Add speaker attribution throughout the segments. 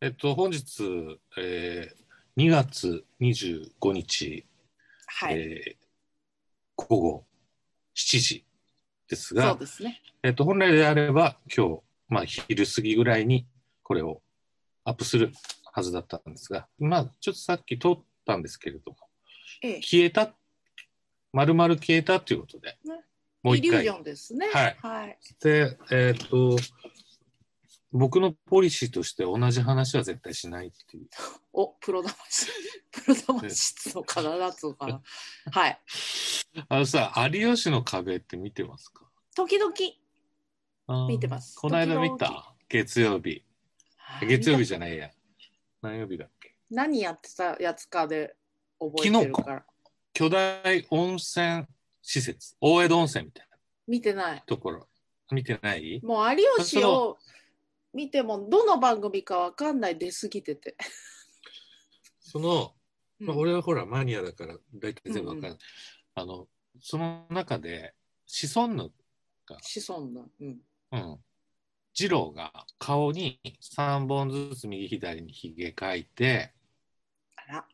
Speaker 1: えっと、本日、えー、2月25日、
Speaker 2: はい、
Speaker 1: えー午後7時です
Speaker 2: そう
Speaker 1: が、
Speaker 2: ですね。
Speaker 1: えっと、本来であれば今日、まあ、昼過ぎぐらいにこれをアップするはずだったんですが、まあ、ちょっとさっき撮ったんですけれども、
Speaker 2: ええ、
Speaker 1: 消えた、丸々消えたということで
Speaker 2: ね、
Speaker 1: もう
Speaker 2: イリ
Speaker 1: 一
Speaker 2: ュー
Speaker 1: 回
Speaker 2: ジ。ョンですね。
Speaker 1: はい
Speaker 2: はい。
Speaker 1: で、えっと、僕のポリシーとして同じ話は絶対しないっていう。
Speaker 2: お、プロ魂、 プロ魂の体つうかな。はい。
Speaker 1: あのさ、有吉の壁って見てますか
Speaker 2: 時々。
Speaker 1: あー
Speaker 2: 見てます
Speaker 1: この間
Speaker 2: 時々
Speaker 1: 見た月曜日。月曜日じゃないや。何曜日だっけ
Speaker 2: 何やってたやつかで覚えてるから。
Speaker 1: 巨大温泉施設。大江戸温泉みたいな
Speaker 2: 見てない。
Speaker 1: ところ。見てない
Speaker 2: もう有吉を見てもどの番組かわかんない出過ぎてて。
Speaker 1: その、
Speaker 2: うん
Speaker 1: まあ、俺はほらマニアだから大体全部わかる、あの、その中で、シソンヌ、
Speaker 2: 子孫の。うん。
Speaker 1: うん。二郎が顔に3本ずつ右左にひげ描いて、
Speaker 2: あら。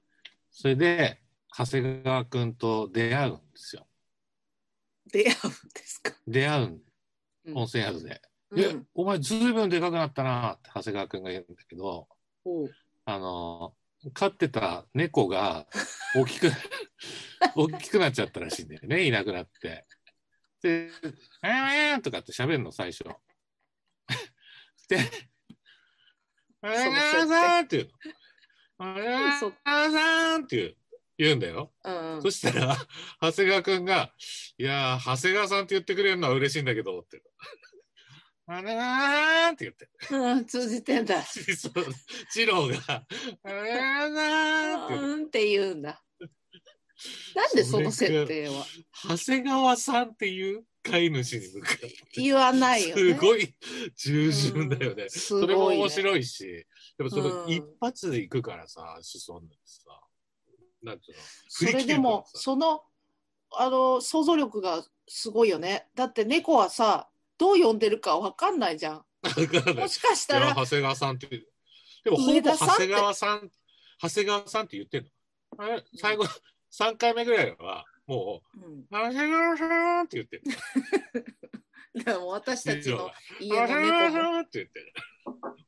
Speaker 1: それで長谷川君と出会うんですよ。
Speaker 2: 出会うんですか。
Speaker 1: 出会うん
Speaker 2: うん
Speaker 1: 温泉宿で「
Speaker 2: う
Speaker 1: え
Speaker 2: ん。
Speaker 1: お前ずいぶんでかくなったな」って長谷川君が言うんだけど
Speaker 2: おう
Speaker 1: あの飼ってた猫が大き く大きくなっちゃったらしいんだよねいなくなって。で「えーん」とかって喋るの最初。で「長谷川さん」って言うの。 長谷川さんって言う言うんだよ。
Speaker 2: うんうん
Speaker 1: そしたら、 長谷川くんが、いやー、長谷川さんって言ってくれるのは嬉しいんだけど、って。あらーんって言って。
Speaker 2: うん。通じてんだ。
Speaker 1: そう二郎が、あらーんって言って。
Speaker 2: うんって言うん だ。なんでその設定は
Speaker 1: 長谷川さんっていう飼い主に向かって。
Speaker 2: 言わないよね。
Speaker 1: すごい従順だよね。
Speaker 2: す
Speaker 1: それも
Speaker 2: ごいね
Speaker 1: 面白いし、やっぱその
Speaker 2: うん
Speaker 1: 一発で行くからさ、子孫なんてさ、なんていうの、
Speaker 2: それでもそのあの想像力がすごいよね。だって猫はさどう呼んでるかわかんないじゃん。
Speaker 1: だからね
Speaker 2: もしかし
Speaker 1: い
Speaker 2: た
Speaker 1: や
Speaker 2: ら
Speaker 1: 長谷川さんっていう。でも、ほぼ
Speaker 2: 上田さん
Speaker 1: 長
Speaker 2: って
Speaker 1: 谷川さん、長谷川さんって言ってんの。あれ最後、3回目ぐらいは、も
Speaker 2: うん
Speaker 1: う、長谷川さんって言ってる。
Speaker 2: でも私たち
Speaker 1: 二郎
Speaker 2: の
Speaker 1: が
Speaker 2: 家
Speaker 1: 長
Speaker 2: の
Speaker 1: 谷川
Speaker 2: 猫も
Speaker 1: さんって言ってる。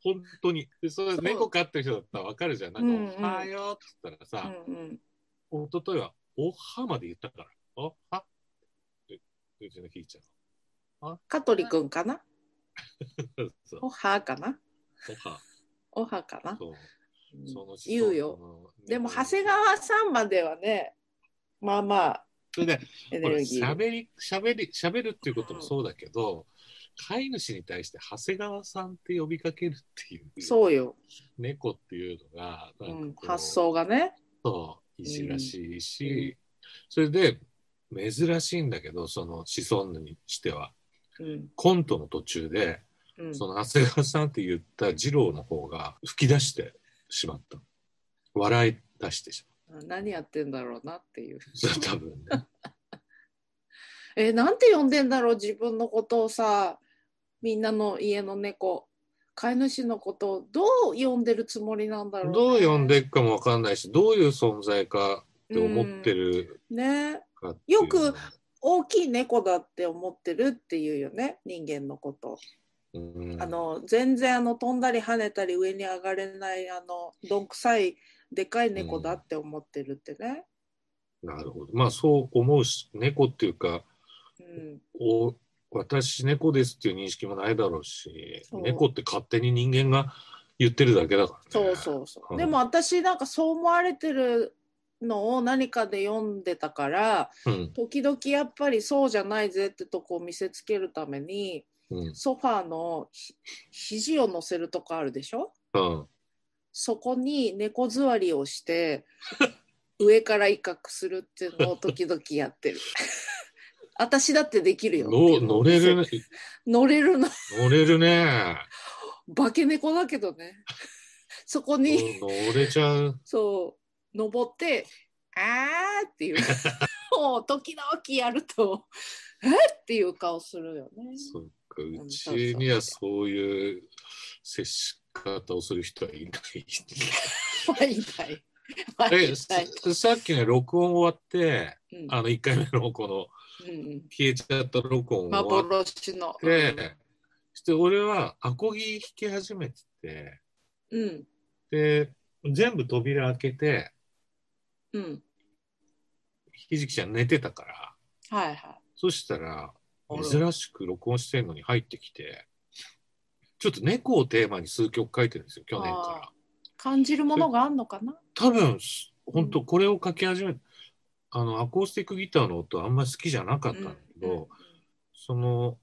Speaker 1: 本当に。で、それ
Speaker 2: そう
Speaker 1: 猫飼ってる人だったらわかるじゃん。な
Speaker 2: うん
Speaker 1: ん
Speaker 2: う
Speaker 1: か、
Speaker 2: ん
Speaker 1: おはようって言ったらさ、
Speaker 2: うんうん
Speaker 1: 一昨日は、おはまで言ったから、おはって、うちのひいち
Speaker 2: 香取くんかな
Speaker 1: ゃん。そう、
Speaker 2: おはかな
Speaker 1: おは。
Speaker 2: おはかな、
Speaker 1: そう
Speaker 2: うん
Speaker 1: その
Speaker 2: 言うよ。
Speaker 1: その
Speaker 2: でも長谷川さんまではねまあまあ
Speaker 1: それで、
Speaker 2: エネ
Speaker 1: ほら
Speaker 2: ルギー
Speaker 1: 喋り喋り喋るっていうこともそうだけど、飼い主に対して長谷川さんって呼びかけるっていう
Speaker 2: そうよ、
Speaker 1: 猫っていうのが
Speaker 2: う
Speaker 1: なんん、かこう
Speaker 2: 発想がね。
Speaker 1: そういじらしいし、それで珍しいんだけどその子孫にしては
Speaker 2: うん
Speaker 1: コントの途中で
Speaker 2: うん
Speaker 1: その長谷川さんって言った二郎の方が吹き出してしまった笑い出してしまっ
Speaker 2: 何やってんだろうなっていう。
Speaker 1: たそれ 多分ね
Speaker 2: えーなんて呼んでんだろう自分のことをさみんなの家の猫飼い主のことをどう呼んでるつもりなんだろうね、
Speaker 1: どう呼んでいくかもわかんないしどういう存在かって思ってる、
Speaker 2: うんね
Speaker 1: かっていうのが
Speaker 2: よく、大きい猫だって思ってるっていうよね人間のこと、
Speaker 1: うん
Speaker 2: あ、の全然あの飛んだり跳ねたり上に上がれないあのどんくさいでかい猫だって思ってるってね、
Speaker 1: なるほど。まあそう思うし、猫っていうか、
Speaker 2: うん、
Speaker 1: お私猫ですっていう認識もないだろうし、
Speaker 2: そう
Speaker 1: 猫って勝手に人間が言ってるだけだからね。
Speaker 2: そうそうそう、
Speaker 1: うん
Speaker 2: でも私なんかそう思われてるのを何かで読んでたから、
Speaker 1: うん。
Speaker 2: 時々やっぱりそうじゃないぜってとこを見せつけるために
Speaker 1: うん。
Speaker 2: ソファーのひ肘を乗せるとこあるでしょ
Speaker 1: うん。
Speaker 2: そこに猫座りをして 上から威嚇するっていうのを時々やってる 私だってできるよってい
Speaker 1: の
Speaker 2: うの
Speaker 1: 乗
Speaker 2: を
Speaker 1: れ
Speaker 2: 見せ
Speaker 1: るね。
Speaker 2: 乗れるの
Speaker 1: 乗れる ね。
Speaker 2: 化け猫だけどねそこに、
Speaker 1: うん乗れちゃう。
Speaker 2: そう登って「あー」っ ていうもう時々やると「えっ?」っていう顔するよね。
Speaker 1: そっか、
Speaker 2: ん
Speaker 1: うちにはそういう接し方をする人はいない
Speaker 2: はいはい。はい
Speaker 1: え
Speaker 2: はい。
Speaker 1: ささっきね録音終わって
Speaker 2: うん
Speaker 1: あの1回目のこの
Speaker 2: うん
Speaker 1: 消えちゃった録
Speaker 2: う
Speaker 1: 音
Speaker 2: ん、
Speaker 1: 終わっ
Speaker 2: 幻の。
Speaker 1: て、そして俺はアコギ弾き始めてて
Speaker 2: うん。
Speaker 1: で全部扉開けて
Speaker 2: うん。
Speaker 1: ひじきちゃん寝てたから
Speaker 2: はいはい。
Speaker 1: そしたら
Speaker 2: あら
Speaker 1: 珍しく録音してるのに入ってきてちょっと猫をテーマに数曲書いてるんですよ去年から。
Speaker 2: 感じるものがあんのかな。
Speaker 1: 多分す本当これを書き始めあのアコースティックギターの音あんまり好きじゃなかったんだけど、
Speaker 2: うんうん
Speaker 1: その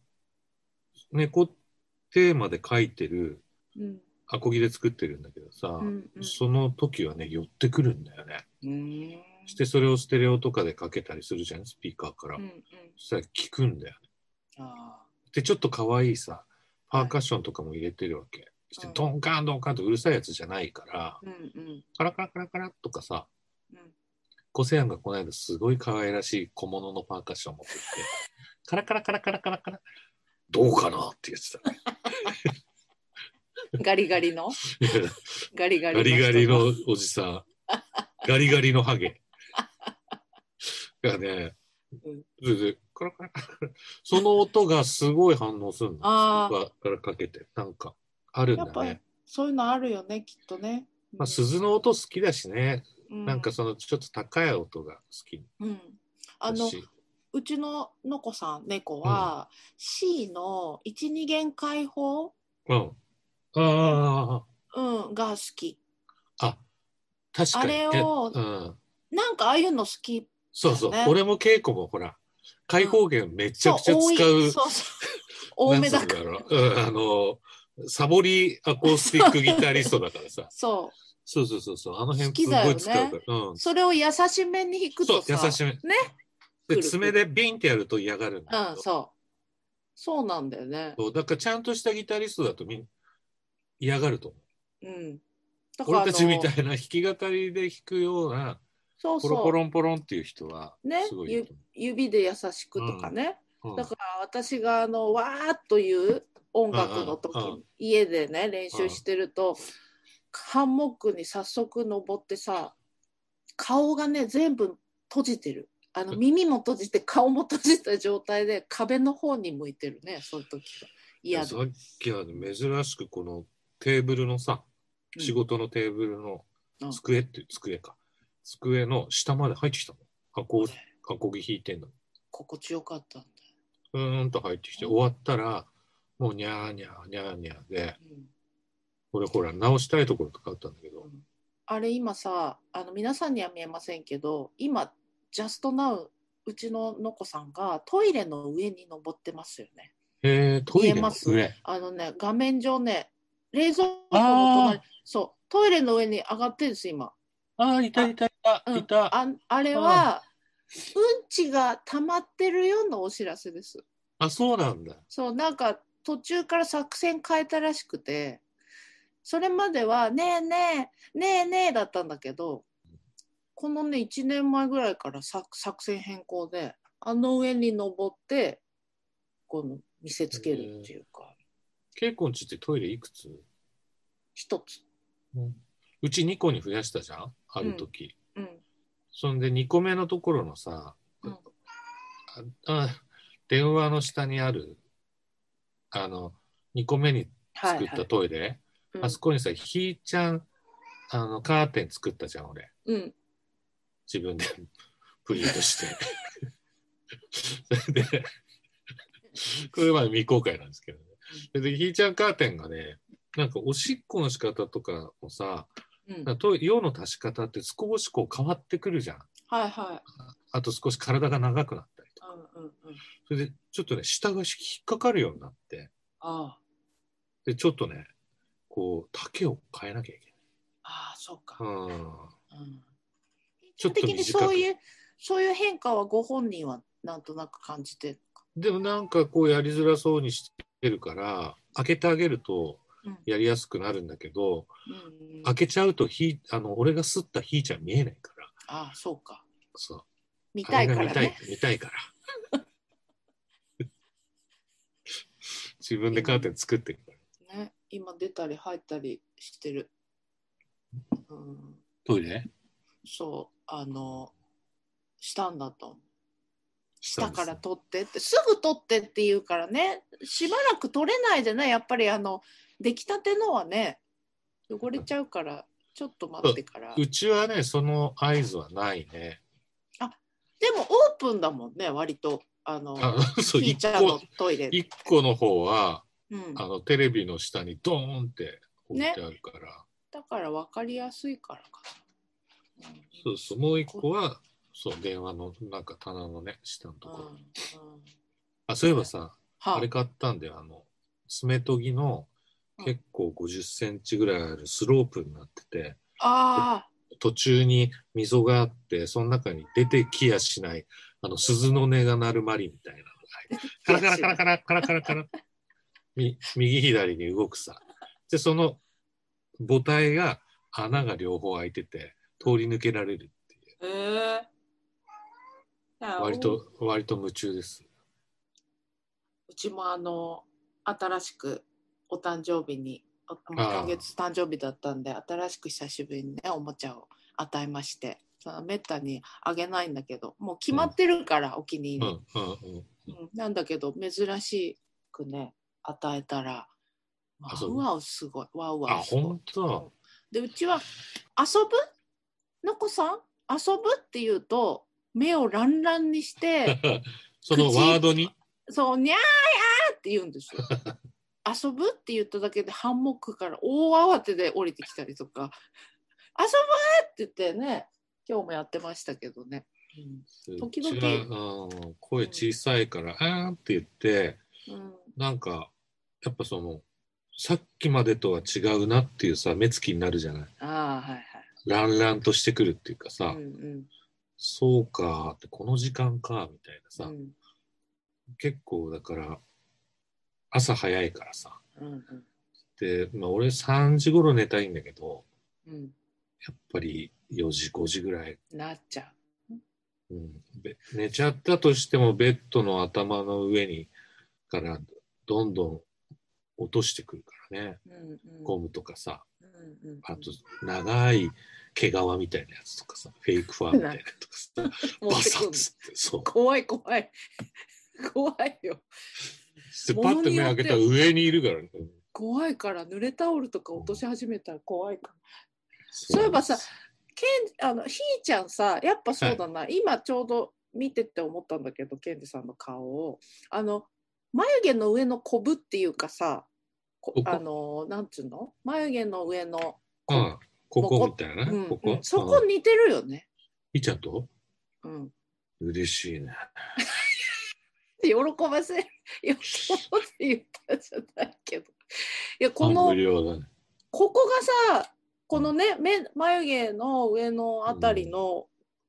Speaker 1: 猫テーマで書いてる
Speaker 2: うん。
Speaker 1: アコギで作ってるんだけどさ、
Speaker 2: うんうん
Speaker 1: その時はね寄ってくるんだよね
Speaker 2: うん。
Speaker 1: してそれをステレオとかでかけたりするじゃんスピーカーから、
Speaker 2: うんうん。
Speaker 1: そしたら聞くんだよね
Speaker 2: あ
Speaker 1: でちょっと可愛いさパーカッションとかも入れてるわけ、して
Speaker 2: はい
Speaker 1: ドンカンドンカンとうるさいやつじゃないから
Speaker 2: ーうんうん
Speaker 1: カラカラカラカラとかさ
Speaker 2: うん。
Speaker 1: コセアンがこの間すごい可愛らしい小物のパーカッションを持ってきて、カラカラカラカラカラカラ、どうかなって言って
Speaker 2: ガリガリの。
Speaker 1: た、ね。
Speaker 2: ガリガリ
Speaker 1: ガリガリ
Speaker 2: 人が。
Speaker 1: のおじさん、ガリガリのハゲ。がね
Speaker 2: うん、
Speaker 1: それでカラカラカラカラその音がすごい反応するの。
Speaker 2: あ
Speaker 1: からからかけて、なんか、あるん
Speaker 2: やっ
Speaker 1: だ
Speaker 2: ぱ
Speaker 1: ね。
Speaker 2: そういうのあるよね、きっとね。
Speaker 1: まあ、鈴の音好きだしね、
Speaker 2: うん
Speaker 1: なんかそのちょっと高い音が好き
Speaker 2: うん。あ
Speaker 1: だ
Speaker 2: の
Speaker 1: し、
Speaker 2: うちののこさん猫は、C の12弦解放、
Speaker 1: うん。ああ。
Speaker 2: うん、が好き
Speaker 1: あ確かに
Speaker 2: あれを
Speaker 1: えうん、
Speaker 2: なんかああいうの好き
Speaker 1: そうそう、
Speaker 2: だよね
Speaker 1: 俺も稽古もほら開放弦めちゃくちゃ
Speaker 2: そう
Speaker 1: 使
Speaker 2: 多
Speaker 1: う
Speaker 2: いそうそう多めだ
Speaker 1: なんつ
Speaker 2: か
Speaker 1: う
Speaker 2: ら
Speaker 1: んだろう、うんあのサボりアコースティックギタリストだから さ
Speaker 2: そ
Speaker 1: そうそうそうそうあの
Speaker 2: 好
Speaker 1: 辺
Speaker 2: き
Speaker 1: す
Speaker 2: だ
Speaker 1: ご
Speaker 2: よ
Speaker 1: い
Speaker 2: ね
Speaker 1: 使うから、うん
Speaker 2: うそれを優しめに弾く
Speaker 1: そう
Speaker 2: とさ
Speaker 1: 優しめ
Speaker 2: ねくるく
Speaker 1: で
Speaker 2: る
Speaker 1: 爪でビンってやると嫌がるんだけど
Speaker 2: うん、そうそうなんだよね
Speaker 1: そうだからちゃんとしたギタリストだとみん嫌がると思う
Speaker 2: うんだからあの
Speaker 1: 俺たちみたいな弾き語りで弾くような
Speaker 2: そう
Speaker 1: ポロポ
Speaker 2: そう
Speaker 1: ロンポロンっていう人は
Speaker 2: ね
Speaker 1: すごいいると
Speaker 2: 指で優しくとかね、
Speaker 1: 思う、
Speaker 2: だから私があのわーっという音楽の時、
Speaker 1: うんうんうん
Speaker 2: 家でね練習してると、ハンモックに早速登ってさ顔がね全部閉じてるあの
Speaker 1: うん
Speaker 2: 耳も閉じて顔も閉じた状態で壁の方に向いてるねその時は嫌
Speaker 1: さ
Speaker 2: だ、
Speaker 1: っきはね珍しくこのテーブルのさ、
Speaker 2: うん
Speaker 1: 仕事のテーブルの
Speaker 2: うん
Speaker 1: 机っていう机か机の下まで入ってきたのアコ
Speaker 2: ね
Speaker 1: アコギ弾いてんの
Speaker 2: 心地よかったんだ
Speaker 1: うーんと入ってきて終わったらもうニャーニャーニャーニャーで
Speaker 2: よ、うん
Speaker 1: 俺ほら直したいところとかあったんだけど
Speaker 2: あれ今さあの皆さんには見えませんけど今ジャストナウうちののこさんがトイレの上に登ってますよね
Speaker 1: へえトイレ
Speaker 2: 見え
Speaker 1: の
Speaker 2: ます
Speaker 1: 上
Speaker 2: あのね、画面上ね、冷蔵庫の隣
Speaker 1: あ、
Speaker 2: そう、トイレの上に上がってるんです、今。
Speaker 1: ああいたいたいた
Speaker 2: うん
Speaker 1: いた、
Speaker 2: ああれは、うんちが溜まってるようなお知らせです。
Speaker 1: あそうなんだ
Speaker 2: そう、なんか途中から作戦変えたらしくて、それまでは、ねえねえ、ねえねえだったんだけど、このね、1年前ぐらいから作作戦変更で、あの上に登って、この見せつけるっていうか、
Speaker 1: 稽古んちってトイレいくつ
Speaker 2: 一つ。
Speaker 1: うち2個に増やしたじゃんある時、
Speaker 2: うん。
Speaker 1: そんで2個目のところのさ、
Speaker 2: うん
Speaker 1: ああ電話の下にあるあの2個目に
Speaker 2: はい、
Speaker 1: 作っ
Speaker 2: は
Speaker 1: た
Speaker 2: い。
Speaker 1: トイレ、
Speaker 2: うん
Speaker 1: あそこにさひーちゃんあのカーテン作ったじゃん俺
Speaker 2: うん、
Speaker 1: 自分で プリントして それでこれまで未公開なんですけどねそれでひーちゃんカーテンがねなんかおしっこの仕方とかもさ
Speaker 2: うん、
Speaker 1: なんかトイ用の足し方って少しこう変わってくるじゃん
Speaker 2: はいは
Speaker 1: あと少し体が長くなったりとか
Speaker 2: い。うんうんうん。
Speaker 1: それでちょっとね下が引っかかるようになって
Speaker 2: あ
Speaker 1: でちょっとねこう丈を変えなきゃい
Speaker 2: あ、ああ、そうか
Speaker 1: け。ない、うん、
Speaker 2: うん。
Speaker 1: ちょっと短く
Speaker 2: 的にそういう、そういう変化はご本人はなんとなく感じてるのか。
Speaker 1: でもなんかこうやりづらそうにしてるから開けてあげると
Speaker 2: うん
Speaker 1: やりやすくなるんだけど、
Speaker 2: うんうん、
Speaker 1: 開けちゃうとひあの俺が吸ったひーちゃん見えないから
Speaker 2: ああ、そうか。
Speaker 1: そう
Speaker 2: 見た
Speaker 1: あれ
Speaker 2: い
Speaker 1: が
Speaker 2: か
Speaker 1: 見
Speaker 2: ら
Speaker 1: たい
Speaker 2: ね。
Speaker 1: 見たいから 自分でカーテン作ってるから
Speaker 2: ね今出たり入ったりしてる。うん、
Speaker 1: トイレ
Speaker 2: そう、あの、したんだと思う。
Speaker 1: した
Speaker 2: 下
Speaker 1: んですね
Speaker 2: から取ってって、すぐ取ってって言うからね、しばらく取れないでね、やっぱりあの、出来たてのはね、汚れちゃうから、ちょっと待ってから。で
Speaker 1: うちはね、その合図はないね。
Speaker 2: もオープンだもんね、割と。あの、
Speaker 1: あそう、
Speaker 2: ひー
Speaker 1: 一
Speaker 2: ちゃんの
Speaker 1: 個、
Speaker 2: トイレ。
Speaker 1: 一個の方は、
Speaker 2: うん、
Speaker 1: あの、テレビの下にドーンって置いてあるから、
Speaker 2: だから分かりやすいからかな。うん
Speaker 1: そうそう、もう一個は、そう、電話の、なんか棚のね、下のと
Speaker 2: う
Speaker 1: こ
Speaker 2: ん
Speaker 1: ろ。
Speaker 2: うん
Speaker 1: あ、そういえばさ、あ
Speaker 2: は
Speaker 1: れ買ったんだよ、あの、爪研ぎの
Speaker 2: うん
Speaker 1: 結構50センチぐらいあるスロープになってて、
Speaker 2: あ
Speaker 1: 途中に溝があって、その中に出てきやしない、あの、鈴の音が鳴るまりみたいなの
Speaker 2: あ、
Speaker 1: が入って、カラカラカラカラカラカラカラ、み右左に動くさ。で、その母体が穴が両方開いてて、通り抜けられるっていう、
Speaker 2: えー
Speaker 1: 割と、割と夢中です。
Speaker 2: うちもあの新しくお誕生日にお
Speaker 1: あー
Speaker 2: 今月誕生日だったんで新しく久しぶりにねおもちゃを与えましてそのめったにあげないんだけどもう決まってるから、お気に
Speaker 1: うん
Speaker 2: 入
Speaker 1: う
Speaker 2: り、
Speaker 1: んうん。
Speaker 2: うんなんだけど珍しくね与えたらワ
Speaker 1: あそう
Speaker 2: ウワウすごいワ
Speaker 1: あ、
Speaker 2: ウワウすごい
Speaker 1: 本当。
Speaker 2: でうちは「遊ぶのこさん遊ぶ?」って言うと目をランランにして
Speaker 1: そのワードに
Speaker 2: そう「にゃーやー!」って言うんです よ。遊ぶって言っただけでハンモックから大慌てで降りてきたりとか「遊ぶ!」って言ってね今日もやってましたけどね。時々
Speaker 1: うちはうん声小さいから、あーって言って、
Speaker 2: うんうん
Speaker 1: なんか、やっぱその、さっきまでとは違うなっていうさ、目つきになるじゃない。
Speaker 2: ああはいは
Speaker 1: ランランとしてくるっていうかさ、
Speaker 2: い。うんうん
Speaker 1: そうかーって、この時間かーみたいなさ、
Speaker 2: うん
Speaker 1: 結構だから、朝早いからさ。
Speaker 2: うん
Speaker 1: で、まあ俺3時頃寝たいんだけど、
Speaker 2: うんうん
Speaker 1: やっぱり4時、5時ぐらい
Speaker 2: なっちゃ
Speaker 1: うん、べ寝ちゃったとしてもベッドの頭の上にからどんどん落としてくるからね
Speaker 2: う。うんうん
Speaker 1: ゴムとかさ
Speaker 2: うんうんうん
Speaker 1: あと長い毛皮みたいなやつとかさフェイクファーみたいなやつとかさ
Speaker 2: 持
Speaker 1: バ
Speaker 2: って
Speaker 1: サ
Speaker 2: く
Speaker 1: ッ
Speaker 2: ん
Speaker 1: つってそう
Speaker 2: 怖い怖い怖いよ
Speaker 1: でパッと目開けたら上にいるからね、うん
Speaker 2: 怖いから濡れタオルとか落とし始めたら怖いから、
Speaker 1: そ
Speaker 2: そういえばさケンあのひーちゃんさやっぱそうだな、今ちょうど見てって思ったんだけどケンジさんの顔をあの眉毛の上のこぶっていうかさこ
Speaker 1: ここ
Speaker 2: あのなんつうの眉毛の上の、
Speaker 1: うんここみたいな
Speaker 2: う
Speaker 1: ね、
Speaker 2: ん
Speaker 1: ここ、
Speaker 2: うんそ
Speaker 1: うん
Speaker 2: こ似てるよね、
Speaker 1: いっちゃんと
Speaker 2: うん、
Speaker 1: 嬉しいね
Speaker 2: 喜ばせる喜ばせ言ったじゃないけどいやこ
Speaker 1: 感
Speaker 2: の
Speaker 1: 無量だね
Speaker 2: ここがさこのね目眉毛の上のあたりの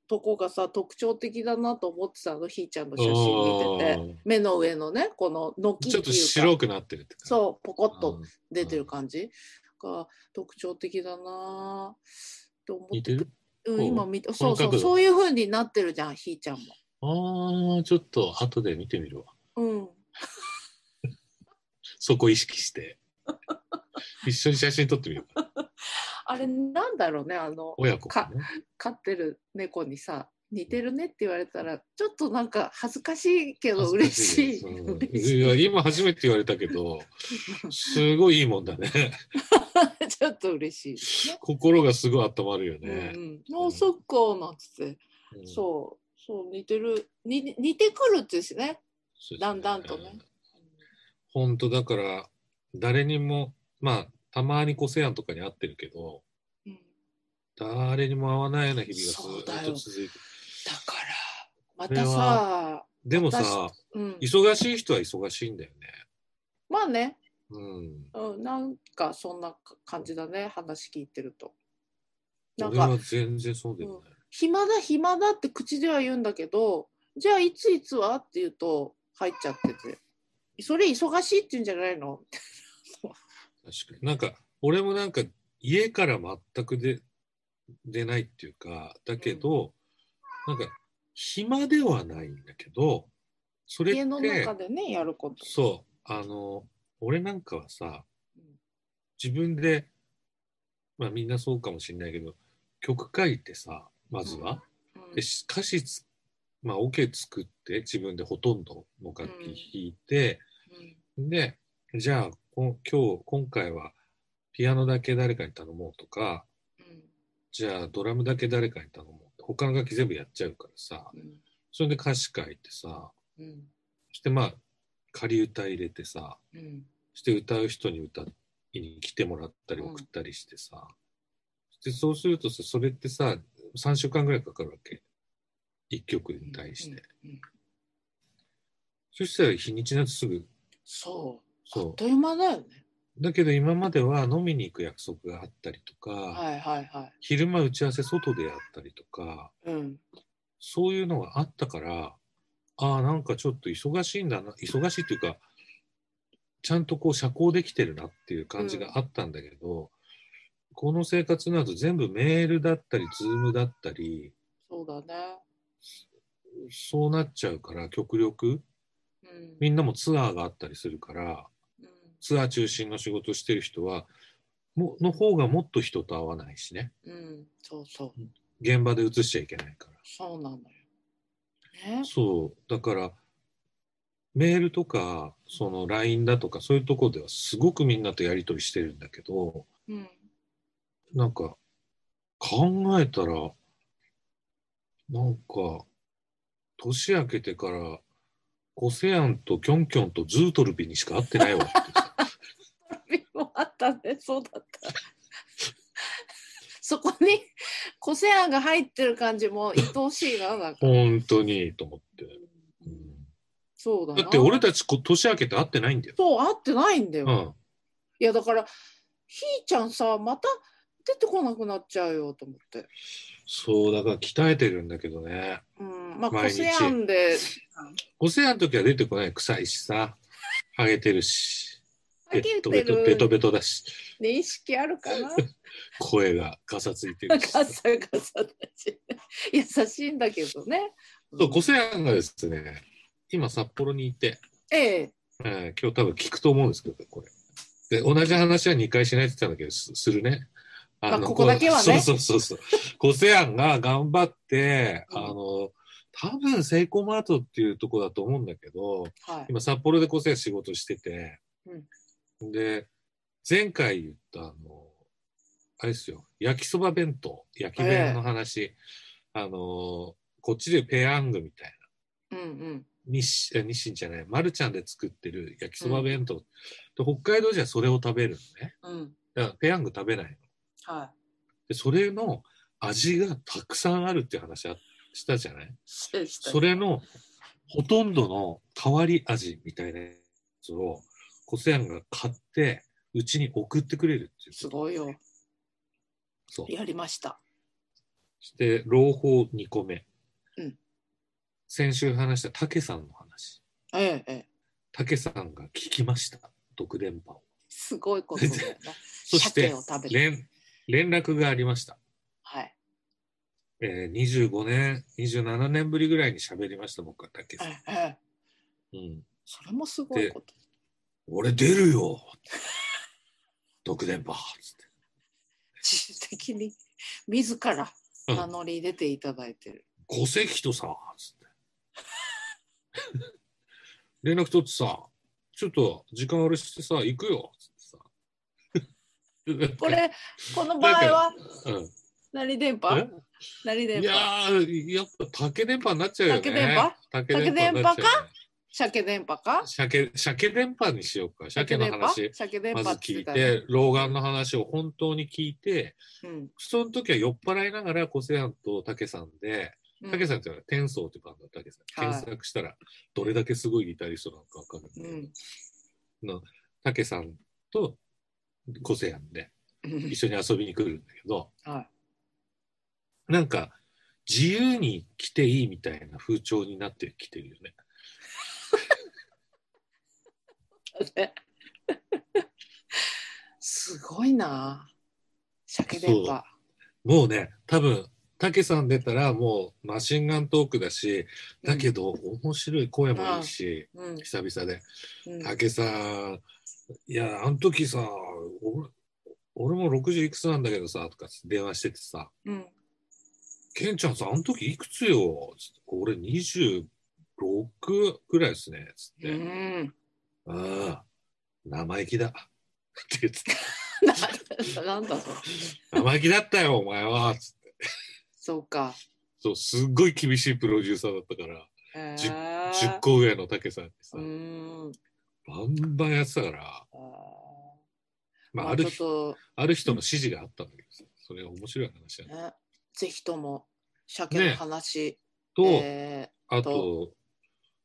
Speaker 2: とこがさ、特徴的だなと思ってたのひーちゃんの写真見てて目の上のねこの
Speaker 1: あー
Speaker 2: 軒
Speaker 1: ち
Speaker 2: ってい
Speaker 1: ょ
Speaker 2: う
Speaker 1: っと
Speaker 2: か
Speaker 1: 白くなってるって感じ
Speaker 2: そうポコッ
Speaker 1: う
Speaker 2: と
Speaker 1: ん
Speaker 2: 出てる感じが特徴的だなと思っ
Speaker 1: 似
Speaker 2: て
Speaker 1: てる
Speaker 2: うん、今見て
Speaker 1: こ
Speaker 2: そ
Speaker 1: の
Speaker 2: うそ
Speaker 1: 角
Speaker 2: う
Speaker 1: 度
Speaker 2: そういう風になってるじゃんひーちゃんも。
Speaker 1: ああ、ちょっと後で見てみるわ。
Speaker 2: うん、
Speaker 1: そこ意識 して。一緒に写真撮ってみようか。
Speaker 2: あれなんだろうねあの
Speaker 1: 親子かね。
Speaker 2: 飼ってる猫にさ似てるねって言われたらちょっとなんか恥ずかしいけど嬉しい
Speaker 1: うん
Speaker 2: 嬉し
Speaker 1: いや、今初めて言われたけど、すごいいいもんだね。
Speaker 2: い ちょっと嬉しいですね。
Speaker 1: 心がすごい温まるよね
Speaker 2: う。んうん、あそっかなんつって、
Speaker 1: うん
Speaker 2: そうそう似てるに似てくるってですね
Speaker 1: そうですね
Speaker 2: だんだんとね。
Speaker 1: 本当だから、誰にも、まあ、たまにこうセアンとかに会ってるけど、
Speaker 2: うん、だ
Speaker 1: 誰にも会わないような日々
Speaker 2: そう
Speaker 1: がず
Speaker 2: だ
Speaker 1: っ
Speaker 2: よ
Speaker 1: と続いて。
Speaker 2: からまたさ、
Speaker 1: でもさ
Speaker 2: 私、うん、
Speaker 1: 忙しい人は忙しいんだよね。
Speaker 2: まあね、
Speaker 1: うん。
Speaker 2: うん、なんかそんな感じだね話聞いてると。なん
Speaker 1: 俺
Speaker 2: か
Speaker 1: は全然そうでもない。
Speaker 2: 暇だ暇だって口では言うんだけどじゃあいついつはって言うと入っちゃっててそれ忙しいって言うんじゃないの
Speaker 1: 確かに。なんか、俺もなんか、家から全くで出ないっていうか、だけど、なんか、暇ではないんだけど、それっ
Speaker 2: 家の
Speaker 1: て
Speaker 2: 中、でねやること
Speaker 1: そう、あの、俺なんかはさ
Speaker 2: うん、
Speaker 1: 自分で、まあみんなそうかもしれないけど、曲書いてさ、まずは。
Speaker 2: うん
Speaker 1: でし歌詞つ、まあ、オ、ケ作って、自分でほとんどの楽器弾いて、で、じゃあ、こ今日、今回は、ピアノだけ誰かに頼もうとか、
Speaker 2: うん
Speaker 1: じゃあ、ドラムだけ誰かに頼もうって。他の楽器全部やっちゃうからさ、
Speaker 2: うん
Speaker 1: それで歌詞書いてさ、
Speaker 2: うん
Speaker 1: そしてまあ、仮歌入れてさ、
Speaker 2: うん
Speaker 1: して歌う人に歌いに来てもらったり
Speaker 2: うん
Speaker 1: 送ったりしてさ、でそうするとさそれってさ3週間ぐらいかかるわけ1曲に対して、
Speaker 2: うんうん
Speaker 1: そしたら日にちなんてすぐ
Speaker 2: そうあっ
Speaker 1: そ
Speaker 2: という間だよね
Speaker 1: うだけど今までは飲みに行く約束があったりとか、
Speaker 2: はいはいはい
Speaker 1: 昼間打ち合わせ外でやったりとか
Speaker 2: うん
Speaker 1: そういうのがあったからああなんかちょっと忙しいんだな忙しいというかちゃんとこう社交できてるなっていう感じがあったんだけど、この生活になると全部メールだったりズームだったり
Speaker 2: そうだね
Speaker 1: そうなっちゃうから極力
Speaker 2: うん
Speaker 1: みんなもツアーがあったりするから
Speaker 2: うん
Speaker 1: ツアー中心の仕事してる人はもの方がもっと人と会わないしね
Speaker 2: うんそうそう
Speaker 1: 現場で移しちゃいけないから。
Speaker 2: そうなのよね
Speaker 1: そうだからメールとかその LINE だとかそういうところではすごくみんなとやり取りしてるんだけど
Speaker 2: うん
Speaker 1: なんか考えたらなんか年明けてからコセアンとキョンキョンとズートルビにしか会ってないわってさ
Speaker 2: ビもあったねそうだった そこにコセアンが入ってる感じも愛おしいななんか、
Speaker 1: 本当にと思って、う
Speaker 2: そうだ
Speaker 1: ん、
Speaker 2: な
Speaker 1: だって俺たちこ年明けて会ってないんだよ、
Speaker 2: そう会ってないんだよ、
Speaker 1: うん、
Speaker 2: いやだからひーちゃんさまた出てこなくなっちゃうよと思って
Speaker 1: そうだから鍛えてるんだけどね
Speaker 2: うんまあコ
Speaker 1: 毎日
Speaker 2: セアンで
Speaker 1: コセアンの時は出てこない臭いしさハゲてるし
Speaker 2: ハ
Speaker 1: ベ
Speaker 2: ゲ
Speaker 1: トベ
Speaker 2: て
Speaker 1: トベト
Speaker 2: る
Speaker 1: ベトだし
Speaker 2: 認識あるかな
Speaker 1: 声がガサついて
Speaker 2: ガ
Speaker 1: る し
Speaker 2: サガサだし優しいんだけどね
Speaker 1: そう五千案がですね今札幌にいて、
Speaker 2: ええ
Speaker 1: えー今日多分聞くと思うんですけどこれで同じ話は2回しないって言ってたんだけどすするねあ
Speaker 2: まあここだけはね
Speaker 1: そうそうそうそう五千案が頑張って、
Speaker 2: うん
Speaker 1: あの多分セイコーマートっていうとこだと思うんだけど
Speaker 2: はい、
Speaker 1: 今札幌で個性仕事してて、で前回言ったあのあれですよ焼きそば弁当焼き弁の話、あのこっちでペヤングみたいな
Speaker 2: うんうん
Speaker 1: 日清あ日清じゃないマルちゃんで作ってる焼きそば弁当、で北海道じゃそれを食べるのね
Speaker 2: うん
Speaker 1: だからペヤング食べないの
Speaker 2: はい
Speaker 1: でそれの味がたくさんあるっていう話あしたじゃない
Speaker 2: してした
Speaker 1: それのほとんどの変わり味みたいなやつをコセアンが買ってうちに送ってくれるっていう
Speaker 2: すごいよ
Speaker 1: そう
Speaker 2: やりました
Speaker 1: して朗報2個目、
Speaker 2: うん
Speaker 1: 先週話した武さんの話
Speaker 2: ええええ
Speaker 1: 武さんが聞きました独電波を
Speaker 2: すごいことだよ ね
Speaker 1: そして
Speaker 2: 鮭を食べる
Speaker 1: 連連絡がありました、
Speaker 2: はい
Speaker 1: えー、25年27年ぶりぐらいに喋りました僕は武
Speaker 2: え
Speaker 1: さん、
Speaker 2: えええ
Speaker 1: うん、
Speaker 2: それもすごいこと
Speaker 1: 俺出るよ独電波つって
Speaker 2: 自主的に自ら名乗り出ていただいてる、
Speaker 1: 戸籍とさ、つって。 連絡取ってさ、ちょっと時間あれしてさ、行くよ、つってさ。
Speaker 2: これこの場合は
Speaker 1: う
Speaker 2: 何電波何
Speaker 1: ん、
Speaker 2: 電
Speaker 1: いや
Speaker 2: 波
Speaker 1: ー、やっぱ竹電波になっちゃうよね。
Speaker 2: 竹電波
Speaker 1: 竹電波になっちゃうよね
Speaker 2: 竹電波鮭電波か
Speaker 1: 鮭鮭電波にしようか。鮭の
Speaker 2: 電波
Speaker 1: 話、
Speaker 2: 鮭電
Speaker 1: ま
Speaker 2: 波
Speaker 1: ず
Speaker 2: って
Speaker 1: 聞
Speaker 2: 言っ
Speaker 1: い
Speaker 2: たね
Speaker 1: て、老眼の話を本当に聞いて、
Speaker 2: うん
Speaker 1: その時は酔っ払いながら、小瀬庵と竹さんで、
Speaker 2: うん
Speaker 1: たけさんっていうのは、天宗ってバンドのたけさん。
Speaker 2: はい
Speaker 1: 検索したら、どれだけすごいギタリストなのかわかるんだけど、のたけさんと個性庵で
Speaker 2: うん
Speaker 1: 一緒に遊びに来るんだけど、
Speaker 2: は
Speaker 1: なんか、自由に来ていいみたいな風潮になってきてるよね。
Speaker 2: いすごいな鮭電波
Speaker 1: もうね、多分、たけさん出たらもうマシンガントークだし、だけど面白い声もいいし、
Speaker 2: うん
Speaker 1: 久々で。
Speaker 2: うん
Speaker 1: たけさん、いや、あの時さ、俺俺も60いくつなんだけどさ、とか電話しててさ、
Speaker 2: うん。
Speaker 1: ケンちゃんさ、あの時いくつよつって俺26ぐらいですね。つっ
Speaker 2: う
Speaker 1: て、
Speaker 2: ん。
Speaker 1: ああ、生意気だ。って言って
Speaker 2: なんだそれ。
Speaker 1: た。生意気だったよ、お前は。つって
Speaker 2: そうか。
Speaker 1: そう、すっごい厳しいプロデューサーだったから、
Speaker 2: え
Speaker 1: じゅ
Speaker 2: ー
Speaker 1: 10個上の竹さんにさ、
Speaker 2: うーん。
Speaker 1: バンバンやってたから、
Speaker 2: あー
Speaker 1: まあ、
Speaker 2: まあ
Speaker 1: あ
Speaker 2: ち
Speaker 1: る
Speaker 2: ょっ
Speaker 1: 日、
Speaker 2: と、
Speaker 1: ある人の指示があったんだけどさ、それが面白い話だね。
Speaker 2: ね、ぜひとも、鮭の話、
Speaker 1: と、
Speaker 2: え
Speaker 1: あと、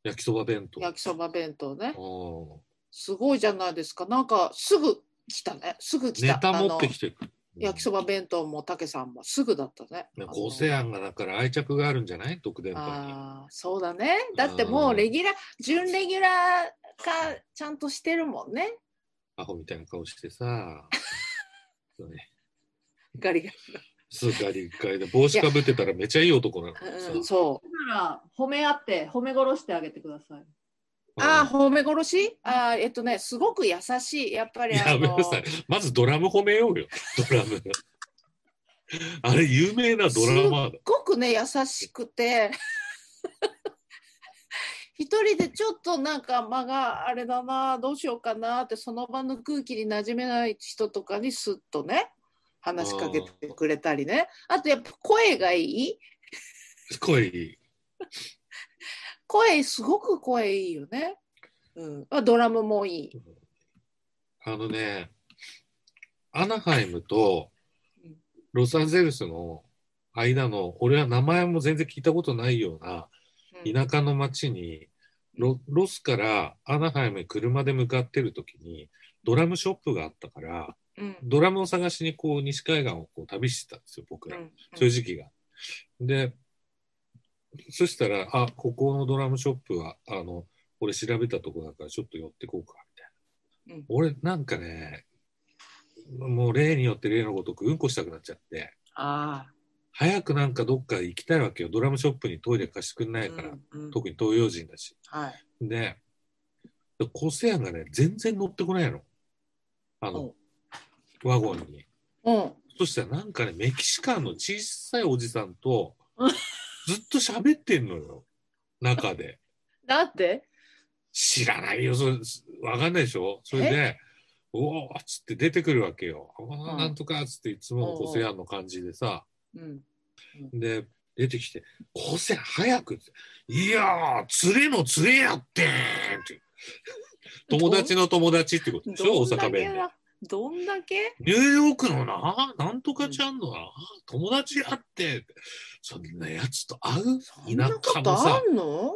Speaker 1: 焼きそば弁当。
Speaker 2: ー焼きそば弁当ね。
Speaker 1: うん
Speaker 2: すごいじゃないですか。なんか、すぐ来たね。すぐ来た。
Speaker 1: ネタ持って
Speaker 2: あ
Speaker 1: きてる。
Speaker 2: の焼きそば弁当も、たけさんもすぐだったね。
Speaker 1: うん構成案がだから愛着があるんじゃない特電波に。
Speaker 2: ああー、そうだね。だっても
Speaker 1: う
Speaker 2: う、
Speaker 1: ん
Speaker 2: レギュラー、準レギュラーか、ちゃんとしてるもんね。
Speaker 1: アホみたいな顔してさ。 そうね
Speaker 2: ガリガ
Speaker 1: スーガリ一回で帽子かぶってたらめちゃいい男なの
Speaker 2: リ。
Speaker 1: にさ
Speaker 2: うん、そう。
Speaker 3: なら褒め合って褒め殺してあげてください。
Speaker 2: あー褒め殺しあーえっとねすごく優しいやっぱりあ
Speaker 1: やめ
Speaker 2: の
Speaker 1: なさい。まずドラム褒めようよ。ドラム。あれ有名なドラマーだ。
Speaker 2: すっごくね優しくて 一人でちょっとなんか間があれだなどうしようかなってその場の空気に馴染めない人とかにすっとね話しかけてくれたりねあとやっぱ声がいい
Speaker 1: すごい。
Speaker 2: 声すごく声いいよね、うん、あドラムもいい
Speaker 1: あのね、アナハイムと
Speaker 2: うん
Speaker 1: ロサンゼルスの間の、俺は名前も全然聞いたことないような
Speaker 2: うん
Speaker 1: 田舎の町に、ロロスからアナハイムへ車で向かってる時に、ドラムショップがあったから、
Speaker 2: うん
Speaker 1: ドラムを探しにこう西海岸をこう旅してたんですよ、僕
Speaker 2: う
Speaker 1: ら。
Speaker 2: ん
Speaker 1: そういう時期が。で、そしたら、あ、ここのドラムショップは、あの、俺調べたとこだからちょっと寄ってこうか、みたいな。
Speaker 2: うん
Speaker 1: 俺、なんかね、もう例によって例のごとくうんこしたくなっちゃって、
Speaker 2: あ
Speaker 1: 早くなんかどっか行きたいわけよ。ドラムショップにトイレ貸してくんな
Speaker 2: あ、
Speaker 1: いから、
Speaker 2: うんうん
Speaker 1: 特に東洋人だし。
Speaker 2: はい
Speaker 1: で、で個性案がね、全然乗ってこないの。あの、ワゴンに。
Speaker 2: うん
Speaker 1: そしたらなんかね、メキシカンの小さいおじさんと、ずっと喋ってんのよ、中で。
Speaker 2: だって
Speaker 1: 知らないよ、それ、わかんないでしょそれで、おおっつって出てくるわけよ。あ
Speaker 2: う
Speaker 1: あ、
Speaker 2: ん
Speaker 1: なんとかっつっていつものコセアンの感じでさ、
Speaker 2: うん
Speaker 1: で、出てきて、コセアン早くっつっていやー、釣れの釣れやってん って。友達の友達ってことでしょ大
Speaker 2: どん
Speaker 1: 阪
Speaker 2: だけ
Speaker 1: 弁で。
Speaker 2: だどんだけ
Speaker 1: ニューヨークのな、なんとかちゃんのな、友達やって、そんなやつと会う
Speaker 2: そんなこ
Speaker 1: 田舎も
Speaker 2: とあ
Speaker 1: さ、
Speaker 2: んの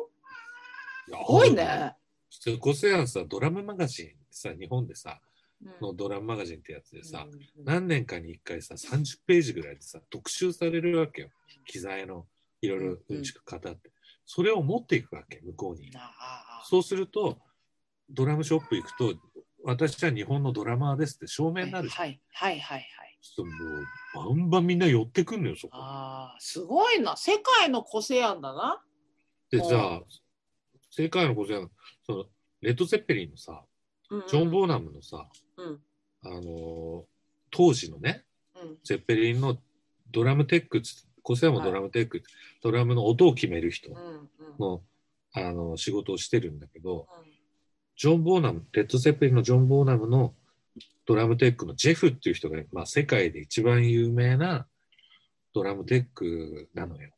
Speaker 1: す
Speaker 2: すごい。ね。
Speaker 1: それこそやんさ、ドラムマガジンさ、日本でさ、
Speaker 2: う
Speaker 1: の
Speaker 2: ん
Speaker 1: ドラムマガジンってやつでさ、
Speaker 2: うん
Speaker 1: 何年かに1回さ、30ページぐらいでさ、特集されるわけよ。機材のいろいろうんちく語って。それを持っていくわけ、向こうに。
Speaker 2: ああ
Speaker 1: そうすると、ドラムショップ行くと、私は日本のドラマーですって証明になるじゃん
Speaker 2: はいはいはいはい。
Speaker 1: ちょっともうバンバンみんな寄ってくんのよそこ
Speaker 2: ああすごいな世界の個性案だな。
Speaker 1: でさ世界のことじゃんそのレッド・ゼッペリンのさ
Speaker 2: うんうん
Speaker 1: ジョン・ボーナムのさ、
Speaker 2: うん
Speaker 1: あのー当時のね
Speaker 2: うん
Speaker 1: ゼッペリンのドラムテックっつコセアもドラムテック、ドラムの音を決める人
Speaker 2: うんうん
Speaker 1: の,、あの仕事をしてるんだけど
Speaker 2: うん
Speaker 1: ジョン・ボーナムレッド・ゼッペリンのジョン・ボーナムのドラムテックのジェフっていう人が、まあ、世界で一番有名なドラムテックなのよ。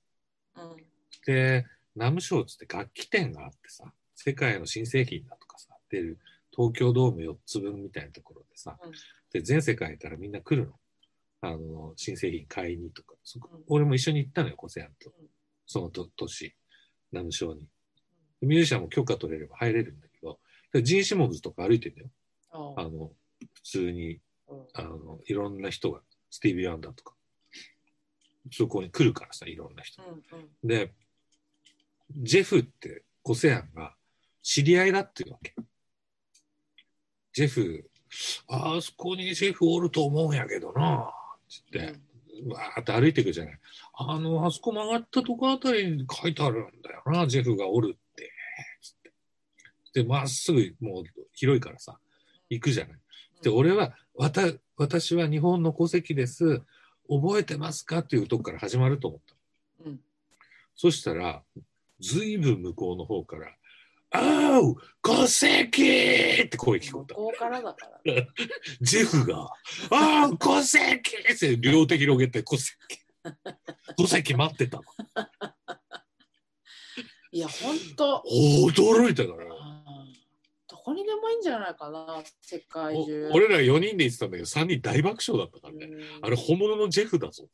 Speaker 2: うん
Speaker 1: で、ナムショーっつって楽器店があってさ、世界の新製品だとかさ、出る東京ドーム4つ分みたいなところでさ、
Speaker 2: うん
Speaker 1: で、全世界からみんな来るの。あの、新製品買いにとか。そこ
Speaker 2: うん
Speaker 1: 俺も一緒に行ったのよ、コセアンと
Speaker 2: うん。
Speaker 1: そのと年、ナムショーに。ミュージシャンも許可取れれば入れるんだけど、でジン・シモンズとか歩いてるんだよ。あ
Speaker 2: あ
Speaker 1: の、普通に、
Speaker 2: うん
Speaker 1: あの、いろんな人が、スティービー・ワンダーとか。そこに来るからさ、いろんな人。
Speaker 2: うんうん
Speaker 1: で、ジェフってコセアンが知り合いだっていうわけ。ジェフ、あそこにジェフおると思うんやけどな、つって、わーって歩いていくじゃない。あの、あそこ曲がったとこあたりに書いてあるんだよな、ジェフがおるって、つって。で、まっすぐ、もう広いからさ、行くじゃない。で、俺はわた私は日本の戸籍です覚えてますかっていうとこから始まると思った
Speaker 2: うん、
Speaker 1: そしたらずいぶん向こうの方から「あう戸籍!」って声聞こえた
Speaker 2: こうからだから。
Speaker 1: ジェフが「ああ戸籍!」って両手広げて戸籍戸籍待ってたの
Speaker 2: いや、本当。
Speaker 1: 驚いたから
Speaker 2: うんどこにでもいいんじゃないかな、世界
Speaker 1: お
Speaker 2: 中。
Speaker 1: 俺ら4人で言ってたんだけど3人大爆笑だったからね
Speaker 2: うん
Speaker 1: あれ本物のジェフだぞ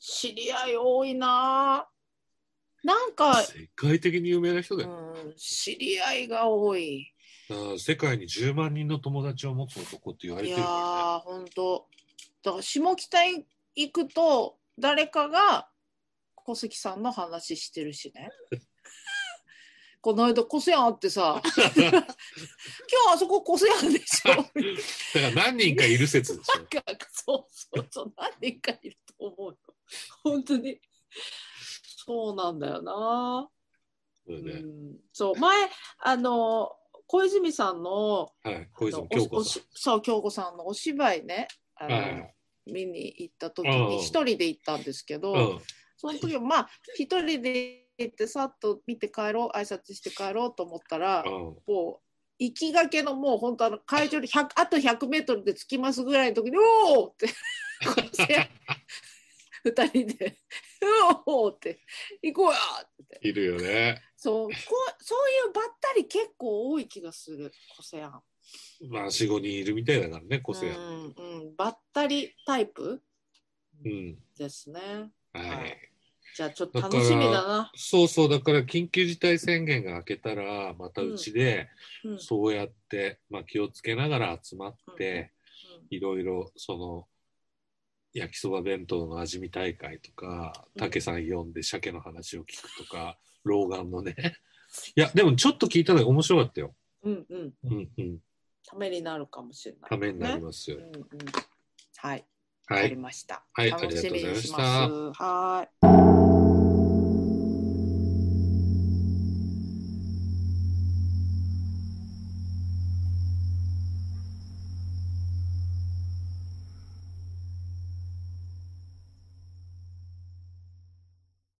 Speaker 2: 知り合い多いな。なんか、
Speaker 1: 世界的に有名な人だ
Speaker 2: う
Speaker 1: よ
Speaker 2: ん、知り合いが多い。
Speaker 1: だから世界に10万人の友達を持つ男って言われ
Speaker 2: い
Speaker 1: て
Speaker 2: や
Speaker 1: るか
Speaker 2: ー、本当。だから下北行くと、誰かが小関さんの話してるしね。 この間、小関あっ てさ、今
Speaker 1: らね。
Speaker 2: 日あそこ小関でしょ。
Speaker 1: だから何人かいる説でしょ。
Speaker 2: なんかそうそうそう何人かいると思うよ本当にそうなんだよな、
Speaker 1: そうれで
Speaker 2: ん、そう前あの小泉さんの
Speaker 1: はい、小泉
Speaker 2: あの
Speaker 1: 京
Speaker 2: お
Speaker 1: 子
Speaker 2: お
Speaker 1: さ
Speaker 2: しそう京子さんのお芝居ねあ
Speaker 1: ん。
Speaker 2: の、
Speaker 1: はい。
Speaker 2: 見に行った時
Speaker 1: うん
Speaker 2: に一人で行ったんですけど、
Speaker 1: うん。
Speaker 2: その時はまあ一人で行ってさっと見て帰ろう挨拶して帰ろうと思ったら、
Speaker 1: うん。
Speaker 2: もう行きがけのもう本当あの会場に100あと100メートルで着きますぐらいの時に「おお!」って こうやって2人で「おお!」って「行こうや!」って
Speaker 1: いるよね。
Speaker 2: そうこうそういうばったり結構多い気がする個性案
Speaker 1: まあ、四五人いるみたいだからね、個性
Speaker 2: う
Speaker 1: ある。
Speaker 2: ん、うん、ばったりタイプ
Speaker 1: うん。
Speaker 2: ですね
Speaker 1: は
Speaker 2: はいい。じゃあちょっと楽しみだな
Speaker 1: そうそう、だから緊急事態宣言が明けたら、またうちで、
Speaker 2: うん
Speaker 1: そうやって、まあ、気をつけながら集まって、いろいろ、その、焼きそば弁当の味見大会とか、
Speaker 2: うん
Speaker 1: 竹さん呼んで鮭の話を聞くとか、老眼のね。いや、でもちょっと聞いたのが面白かったよ。
Speaker 2: うんうんうん
Speaker 1: うんうん。
Speaker 2: ためになるかもしれない
Speaker 1: ためになり
Speaker 2: ね
Speaker 1: ますよ。
Speaker 2: うんうんはい
Speaker 1: は
Speaker 2: わかり
Speaker 1: い。
Speaker 2: ました。
Speaker 1: はい
Speaker 2: 楽しみにし
Speaker 1: あ
Speaker 2: ま
Speaker 1: り
Speaker 2: す。はーい。
Speaker 1: あ